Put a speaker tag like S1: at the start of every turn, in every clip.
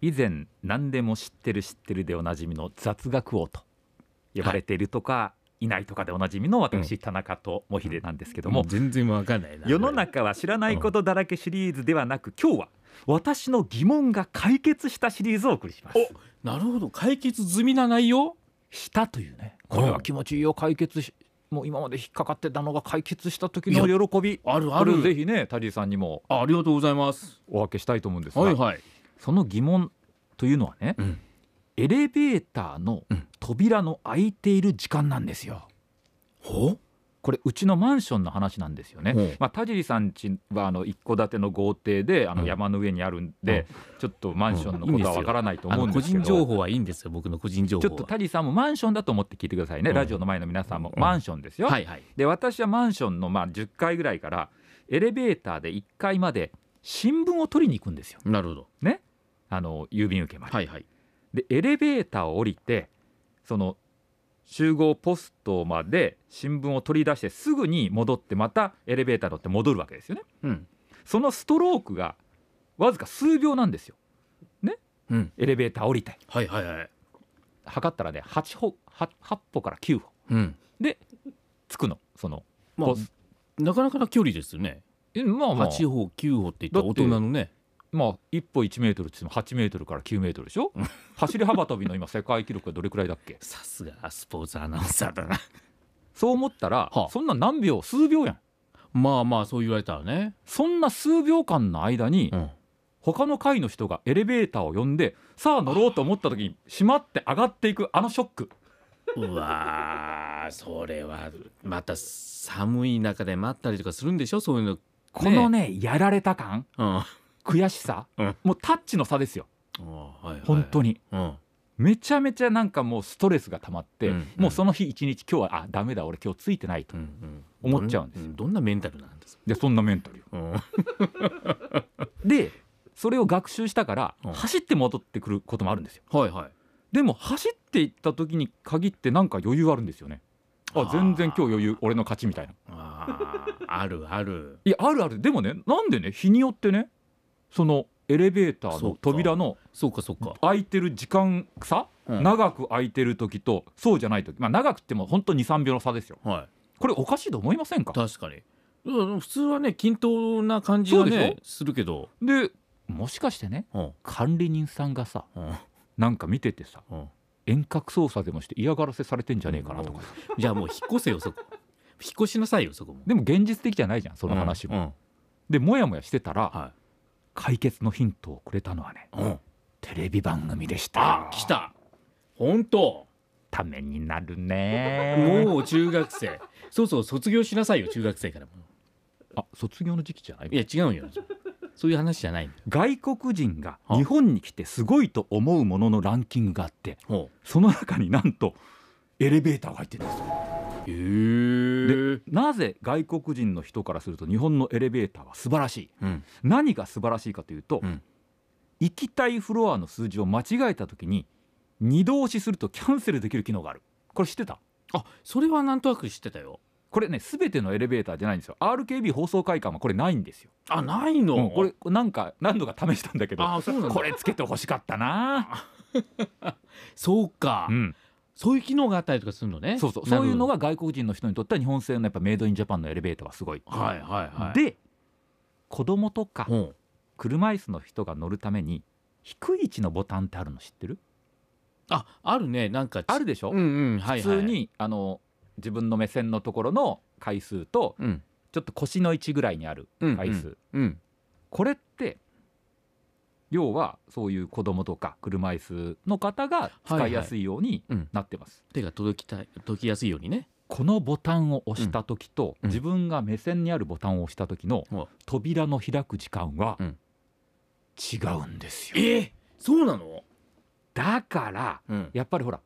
S1: 以前何でも知ってる知ってるでおなじみの雑学王と呼ばれているとか、い、ないとかでおなじみの私、田中ともひでなんですけども、
S2: 全然わかんないな
S1: 世の中は知らないことだらけシリーズではなく今日は私の疑問が解決したシリーズをお送りします。
S2: なるほど解決済みな内容
S1: したというね
S2: うん
S1: これは気持ちいいよ解決しもう今まで引っかかってたのが解決した時の喜び
S2: ある
S1: あるぜひねタリーさんにも
S2: あありがとうございます
S1: お分けしたいと思うんですが、
S2: はいはい
S1: その疑問というのはね、
S2: うん
S1: エレベーターの
S2: うん
S1: 扉の開いている時間なんですよ。
S2: ほ
S1: これうちのマンションの話なんですよね。
S2: うん
S1: まあ、田尻さん家はあの一戸建ての豪邸であ
S2: う
S1: の
S2: ん
S1: 山の上にあるんで、ちょっとマンションの
S2: うんい
S1: こ
S2: いんで
S1: と
S2: す
S1: は
S2: よ
S1: わからないと
S2: あ
S1: 思うん
S2: の
S1: で
S2: 個
S1: すけど、
S2: 人情報はいいんですよ僕の個人情
S1: ち
S2: 報
S1: ょっと田尻さんもマンションだと思って聞いてくださいね、
S2: うん
S1: ラジオの前の皆さんも
S2: うん
S1: マンションですよ。
S2: はいはい
S1: で私はマンションのまあ10階ぐらいからエレベーターで1階まで新聞を取りに行くんですよ
S2: なるほど
S1: あの郵便受けまで。
S2: はいはい
S1: でエレベーターを降りてその集合ポストまで新聞を取り出してすぐに戻ってまたエレベーター乗って戻るわけですよね
S2: うん
S1: そのストロークがわずか数秒なんですよね、
S2: うん
S1: エレベーター降りて
S2: はいはいはい
S1: 測ったらね8歩 8, 8歩から9歩
S2: うん
S1: つくのその
S2: ま
S1: ポス
S2: あなかなかな距離ですよね
S1: えまあまあ
S2: 八歩九歩って言ったら大人のね
S1: まあ1歩1メートルって言っても8メートルから9メートルでしょ走り幅跳びの今世界記録がどれくらいだっけ
S2: さすがスポーツアナウンサーだな
S1: そう思ったら、
S2: はあ
S1: そんな何秒数秒やん
S2: まあまあそう言われたらね
S1: そんな数秒間の間に、
S2: うん
S1: 他の階の人がエレベーターを呼んでさあ乗ろうと思った時に閉まって上がっていくあのショック
S2: うわーそれはまた寒い中で待ったりとかするんでしょそういうの、
S1: このねやられた感
S2: うん、あ
S1: 悔しさ、
S2: うん
S1: もうタッチの差ですよ
S2: はいはい
S1: 本当
S2: に、
S1: に、
S2: うん、
S1: めちゃめちゃなんかもうストレスが溜まって、
S2: うん
S1: もうその日一日今日はあダメだ俺今日ついてないと、
S2: うんうん
S1: 思っちゃうんです
S2: どんなメンタルなんですか、
S1: でそんなメンタルよ
S2: うん、
S1: でそれを学習したから、
S2: うん
S1: 走って戻ってくることもあるんですよ
S2: はいはい
S1: でも走っていった時に限ってなんか余裕あるんですよね
S2: あ
S1: あ
S2: ー
S1: 全然今日余裕俺の勝ちみたいな
S2: あーあるある
S1: いやあるあるでもねなんでね日によってねそのエレベーター
S2: そう
S1: の
S2: か
S1: 扉の
S2: そうかそうか、
S1: 空いてる時間差、
S2: うん
S1: 長く空いてる時とそうじゃない時まあ長くっても本当23秒の差ですよ
S2: は
S1: これおかしいと思いませんか
S2: い確かにうん普通はね均等な感じが
S1: そうで
S2: ねするけど、
S1: でもしかしてね
S2: うん
S1: 管理人さんがさ
S2: うん
S1: なんか見ててさ
S2: うん、
S1: 遠隔操作でもして嫌がらせされてんじゃねえかなとかさ
S2: じゃあもう引っ越せよそこ引っ越しなさいよそこも
S1: でも現実的じゃないじゃんその話も、
S2: うんうん
S1: でもやもやしてたら
S2: は
S1: 解決のヒントをくれたのはね
S2: い、うん、
S1: テレビ番組でした
S2: あ来た本当
S1: ためになるね
S2: もう中学生そうそう卒業しなさいよ中学生からも
S1: あ卒業の時期じゃない
S2: いや違うよそういう話じゃないんだよ
S1: 外国人が
S2: は
S1: 日本に来てすごいと思うもののランキングがあって
S2: ほ
S1: その中になんとエレベーターが入ってるんですよ
S2: うへえ
S1: なぜ外国人の人からすると日本のエレベーターは素晴らしい
S2: うん
S1: 何が素晴らしいかというと、
S2: うん
S1: 行きたいフロアの数字を間違えた時に二度押しするとキャンセルできる機能があるこれ知ってた
S2: あそれはなんとなく知ってたよ
S1: これね全てのエレベーターじゃないんですよ RKB 放送会館はこれないんですよ、
S2: あないの、
S1: うんこれなんか何度か試したんだけど
S2: あそうなんだ
S1: これつけてほしかったな、
S2: そうか、
S1: うん、
S2: そういう機能があったりとかするのね
S1: そうそうそう
S2: なるほど
S1: いうのが外国人の人にとっては日本製のやっぱメイドインジャパンのエレベーターはすごい。
S2: はいはいはい
S1: で子供とか
S2: ほう
S1: 車椅子の人が乗るために低い位置のボタンってあるの知ってる
S2: ああるねなんかち
S1: あるでしょ、
S2: うんうんはいはい
S1: 普通にあの自分の目線のところの回数と
S2: うん
S1: ちょっと腰の位置ぐらいにある
S2: うん
S1: 回数、
S2: うん
S1: これって要はそういう子供とか車椅子の方が使いやすいように
S2: うん
S1: なってます。
S2: 手が届きたい届きやすいようにね
S1: このボタンを押した時と、
S2: うん
S1: 自分が目線にあるボタンを押した時の
S2: うん
S1: 扉の開く時間は
S2: うん
S1: 違うんですよ、
S2: えそうなの
S1: だから
S2: うん
S1: やっぱりほら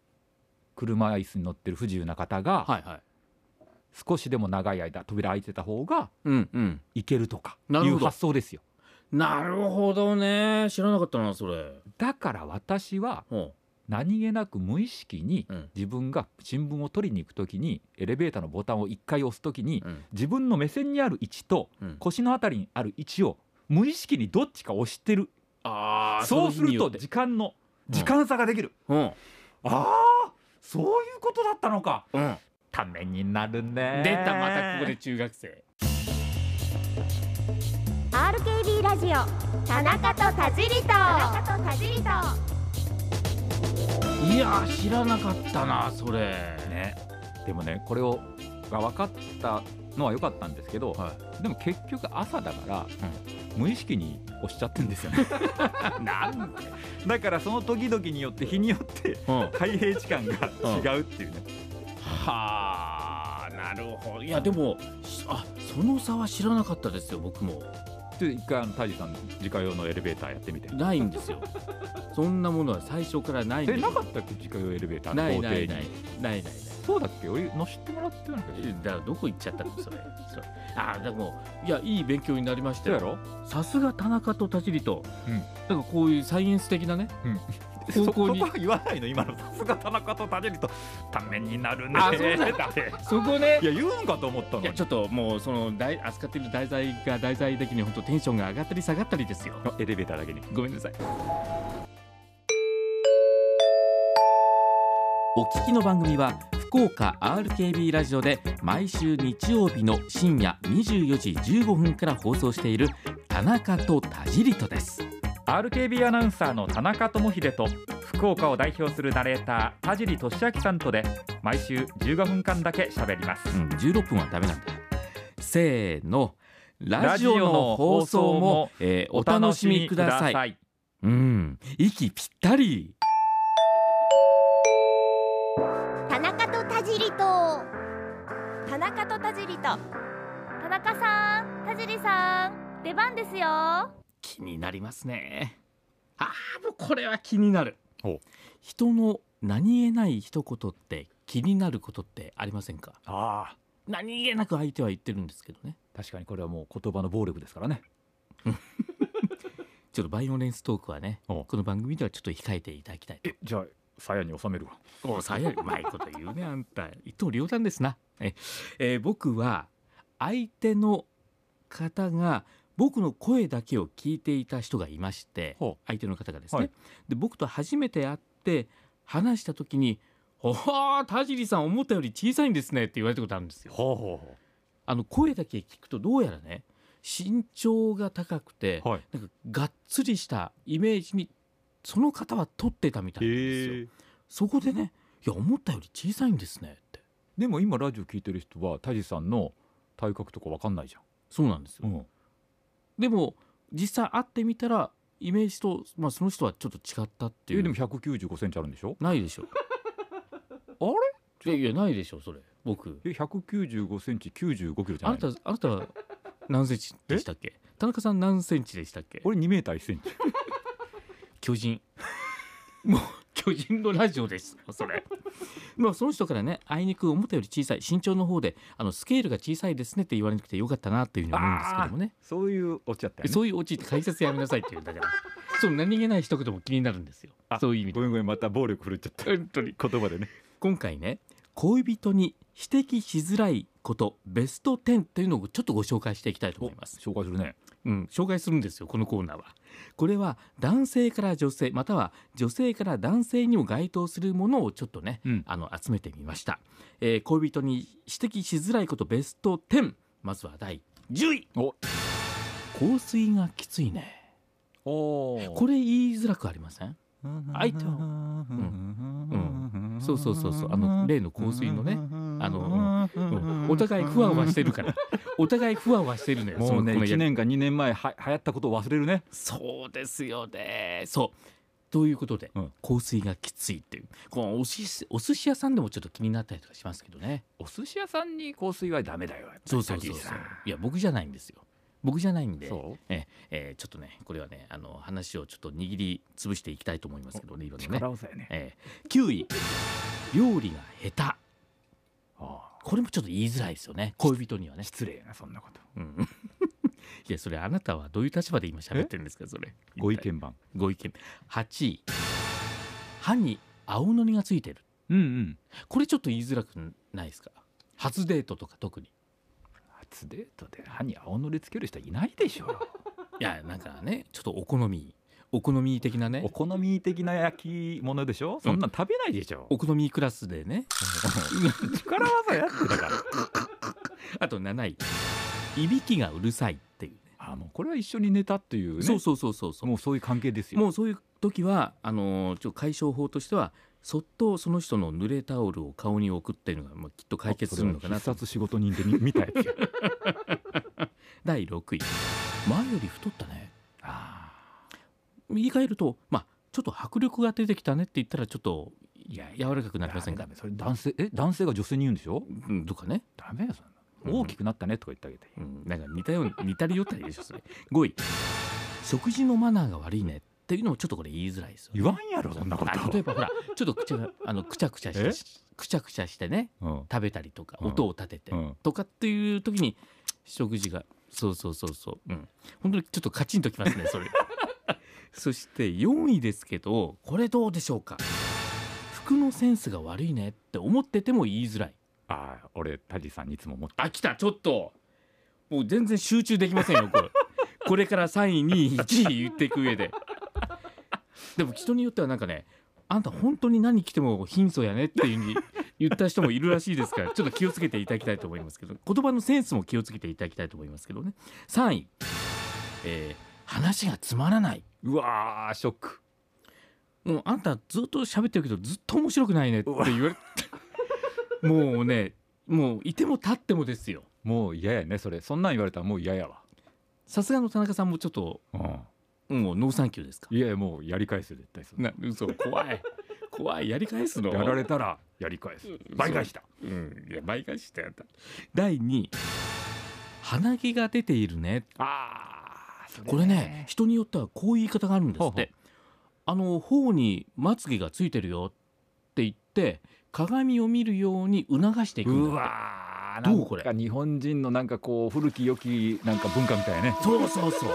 S1: 車椅子に乗ってる不自由な方が
S2: はいはい
S1: 少しでも長い間扉開いてた方が
S2: うんうん
S1: いけるとかい
S2: なる
S1: う
S2: ほど
S1: 発想ですよ
S2: なるほどね知らなかったなそれ
S1: だから私は
S2: ほ
S1: 何気なく無意識に
S2: うん
S1: 自分が新聞を取りに行く時にエレベーターのボタンを1回押す時に
S2: ううん
S1: 自分の目線にある位置と
S2: うん
S1: 腰のあたりにある位置を無意識にどっちか押してる
S2: あー
S1: そうすると
S2: の日によ
S1: 時間の時間差ができる、
S2: って
S1: ああそういうことだったのか
S2: うんうん
S1: ためになるね
S2: 出たまたここで中学生
S3: RKB ラジオ田中と田尻と田中と田尻と
S2: いやー知らなかったなそれ
S1: ねでもねこれをが分かったのは良かったんですけど、
S2: は
S1: でも結局朝だから、無意識に押しちゃってんですよねなんで だからその時々によって日によって
S2: うんは
S1: 開閉時間が違うっていうね、
S2: あなるほどいやでもしあその差は知らなかったですよ僕も
S1: ちょっと一回あのタイジさん自家用のエレベーターやってみて
S2: ないんですよそんなものは最初からないん
S1: え
S2: です
S1: なかったっけ自家用エレベーターの
S2: ない
S1: 工
S2: な
S1: 程
S2: い
S1: に
S2: ないないないない
S1: そうだっけ俺乗せてもらってるんだけど
S2: だからどこ行っちゃったのそれそれあーでもいやいい勉強になりました
S1: そうや
S2: よ
S1: ろ
S2: さすが田中と田尻と、
S1: うん
S2: だからこういうサイエンス的なね、
S1: そ
S2: 高校
S1: こ
S2: に
S1: は言わないの今のさすが田中と立てるとためになるね
S2: あそうだ
S1: だって
S2: そこね
S1: いや言うんかと思ったの
S2: いやちょっともうその題扱っている題材が題材的に本当テンションが上がったり下がったりですよ
S1: あエレベーターだけに
S2: ごめんなさいお聞きの番組は福岡 RKB ラジオで毎週日曜日の深夜24時15分から放送している田中と田尻とです
S1: RKB アナウンサーの田中智秀と福岡を代表するナレーター田尻俊明さんとで毎週15分間だけ喋ります、
S2: うん、16分はダメなんだせーのラジオの放送も、えーお楽しみください
S1: い
S2: うん息ぴったり
S3: 田中と田尻と田中と田尻と田中さん田尻さん出番ですよ
S2: 気になりますねあーもうこれは気になる
S1: ほう
S2: 人の何気ない一言って気になることってありませんか
S1: ああ
S2: 何気なく相手は言ってるんですけどね
S1: 確かにこれはもう言葉の暴力ですからね
S2: ちょっとバイオレンストークはね
S1: おう
S2: この番組ではちょっと控えていただきたい
S1: えじゃあ鞘に収めるわ
S2: おさやうまいこと言うねあんた一刀両断ですなえ、えー僕は相手の方が僕の声だけを聞いていた人がいまして
S1: ほ
S2: 相手の方がですね、
S1: はい
S2: で僕と初めて会って話した時に「ほほー田尻さん思ったより小さいんですね」って言われたことあるんですよ。
S1: ほうほうほ
S2: あの声だけ聞くとどうやらね身長が高くて、
S1: はい
S2: なんかがっつりしたイメージにその方は取ってたみたいなんですよ。そこでね、いや、思ったより小さいんですねって。
S1: でも今ラジオ聞いてる人はタジさんの体格とかわかんないじ
S2: そうなんです
S1: ゃ
S2: よ。
S1: ん、うん、
S2: でも、実際会ってみたら、イメージと、まあ、その人はちょっと違ったってい
S1: え
S2: う。
S1: でも195センチあるんでしょ
S2: ないでし ょ。あれいやいや、ないでしょ、それ。僕。
S1: え195センチ95キロじゃ
S2: あ
S1: な
S2: ない
S1: の
S2: た、あなたは何センチでしたっけ田中さん何センチでしたっけ
S1: 俺2メーター1センチ
S2: 巨人。 もう、巨人のラジオです。それ。 まあ、その人からね、あいにく思ったより小さい、身長の方で、あの、スケールが小さいですねって言われなくてよかったなっていうふうに思うんですけどもね。
S1: そういう落ちゃったよね
S2: そういうオチって解説やめなさいっていうんだ から。そう何気ない一言も気になるんですよ
S1: あ。
S2: そういう意味
S1: ご
S2: で。
S1: めんごめんまた暴力振るっちゃった
S2: 本当に
S1: 言葉で ね
S2: 今回ね、恋人に指摘しづらいことベスト10というのをちょっとご紹介していきたいと思います。
S1: 紹介するね
S2: うん、紹介するんですよ。このコーナーは。これは男性から女性または女性から男性にも該当するものをちょっとね、
S1: うん
S2: あの集めてみました、えー恋人に指摘しづらいことベスト10。まずは第10位。
S1: お
S2: 香水がきついね。
S1: お
S2: これ言いづらくありません
S1: 相
S2: 相
S1: 手
S2: 手
S1: を
S2: を
S1: うん
S2: そうそうそうそうあの例の香水のね
S1: あ
S2: あのうんお互いふわふわしてるからお互いふわふわしてるのよそ
S1: もう
S2: の
S1: ね
S2: このや
S1: 1年か2年前は流行ったことを忘れるね
S2: そうですよねそうということで、
S1: うん
S2: 香水がきついっていうこのおしお寿司屋さんでもちょっと気になったりとかしますけどね
S1: お寿司屋さんに香水はダメだよ
S2: そうそうそうそういや僕じゃないんですよ僕じゃないんで
S1: そ
S2: ええーちょっとねこれはねあの話をちょっと握り潰していきたいと思いますけどねいろ
S1: う
S2: いろね
S1: 力、技やね
S2: えー、9位料理が下手
S1: あ
S2: これもちょっと言いづらいですよね恋人にはね
S1: あ失礼なそんなこと
S2: うん いやそれあなたはどういう立場で今喋ってるんですかそれ
S1: ご意見番
S2: ご意見8位歯に青のりがついてる
S1: うんうん
S2: これちょっと言いづらくないですか初デートとか特に
S1: 初デートで歯に青のりつける人いないでしょ
S2: いやなんかねちょっとお好みお好み的なね
S1: お好み的な焼き物でしょそんなん食べないでしょ、
S2: お好みクラスでね
S1: 力技やってたから
S2: あと7位いびきがうるさいっていうね
S1: あもうこれは一緒に寝たっていうね
S2: そうそうそうそうそう
S1: もうそういう関係ですよ
S2: もうそういう時はあのーちょっと解消法としてはそっとその人の濡れタオルを顔に置くっていうのが、まあ、きっと解決するのかな
S1: それは必殺仕事人でみ見たやつや
S2: 第6位前より太ったね
S1: あ
S2: 言い換えるとまあちょっと迫力が出てきたねって言ったらちょっといや柔らか
S1: ー
S2: くなりません
S1: ダ
S2: か
S1: メダメそれ男性え男性が女性に言うんでしょ
S2: うんとかね、
S1: ダメやそん
S2: うん
S1: な大きくなったねとか言ってあげて、
S2: うん、なんか似た よう似たり寄ったりでしょそれ5位食事のマナーが悪いねっていうのもちょっとこれ言いづらいですよね、
S1: 言わんやろそんなこと
S2: あ例えばほらちょっとくちゃあのくちゃくちゃして
S1: え
S2: くちゃくちゃしてね
S1: うん
S2: 食べたりとか
S1: うん
S2: 音を立てて
S1: うん
S2: とかっていう時に食事がそうそうそうそう、うん、本当にちょっとカチンときますねそれそして4位ですけどこれどうでしょうか服のセンスが悪いねって思ってても言いづらい
S1: ああ俺タジさんにいつも思って
S2: あきたちょっともう全然集中できませんよこれこれから3位2位1位言っていく上ででも人によってはなんかねあんた本当に何着ても貧相やねっていうふうに言った人もいるらしいですからちょっと気をつけていただきたいと思いますけど言葉のセンスも気をつけていただきたいと思いますけどね3位、えー話がつまらないう
S1: わーショック
S2: もうあんたずっと喋ってるけどずっと面白くないねって言われてもうねもういても立ってもですよ
S1: もう嫌やねそれそんなん言われたらもう嫌やわ
S2: さすがの田中さんもちょっと
S1: う
S2: もうノーサンキューですか
S1: んいやもうやり返す絶対それ
S2: な嘘怖い怖いやり返すの
S1: やられたらやり返す
S2: うん
S1: 倍返した
S2: うんいや倍返してやった第2位鼻毛が出ているね
S1: あーそ
S2: これね人によってはこういう言い方があるんです
S1: ほう
S2: っ
S1: ほう
S2: てあの頬にまつ毛がついてるよって言って鏡を見るように促していくんだっ
S1: う
S2: て
S1: わー
S2: どう
S1: なんか
S2: これ
S1: 日本人のなんかこう古き良きなんか文化みたいね
S2: そうそうそう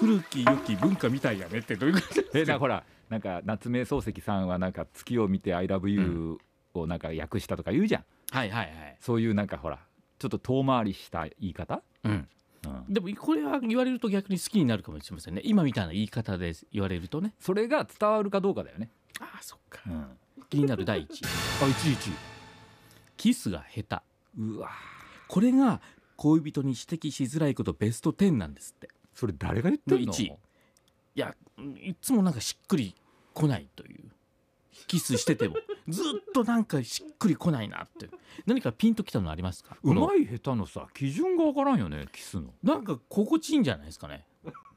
S2: 古き良き文化みたいやねってどういうこと
S1: えなんかほらなんか夏目漱石さんはなんか月を見て「ILOVEYOU」をなんか訳したとか言うじゃん、
S2: はいはいはい、
S1: そういうなんかほらちょっと遠回りした言い方、
S2: うん、
S1: うん、
S2: でもこれは言われると逆に好きになるかもしれませんね今みたいな言い方で言われるとね
S1: それが伝わるかどうかだよね、
S2: ああそっか
S1: うん、あ
S2: 気になる第 一位
S1: いちいち
S2: キスが下手
S1: うわー
S2: これが恋人に指摘しづらいことベスト10なんですって
S1: それ誰が言ってるの
S2: の一いやいつもなんかしっくりこないというキスして てもずっとなんかしっくりこないなって何かピンときたのありますか
S1: うま
S2: い
S1: い下手のさ基準がわからんよねキスの
S2: なんか心地いいんじゃないですかね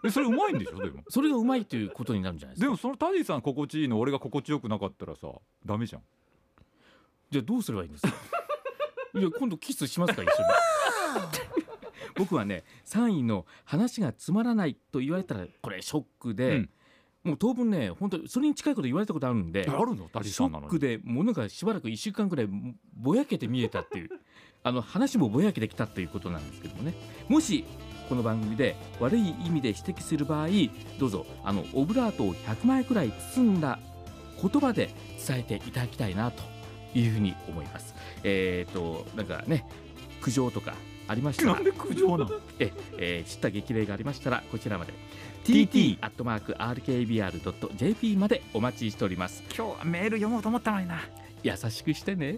S1: えそれうまいんでしょでも
S2: それがうまいということになるんじゃないです
S1: で
S2: か
S1: もそのタディさん心地いいの俺が心地よくなかったらさダメじゃん
S2: じゃあどうすればいいん ですかいや今度キスしますか一緒に僕はね3位の話がつまらないと言われたらこれショックで、
S1: うん
S2: もう当分ね本当にそれに近いこと言われたことあるんで
S1: あるのタディ
S2: シ
S1: さ
S2: ョ
S1: んなの
S2: ッ
S1: に
S2: クでものがしばらく1週間くらいぼやけて見えたっていうあの話もぼやけてきたということなんですけどもねもしこの番組で悪い意味で指摘する場合どうぞあのオブラートを100枚くらい包んだ言葉で伝えていただきたいなというふうに思います。えっ、となんかね苦情とかありましたら
S1: なんで苦情なの
S2: え、えー知った激励がありましたらこちらまで
S1: TT
S2: tt.rkbr.jp までお待ちしております
S1: 今日はメール読もうと思ったのにな
S2: 優しくしてね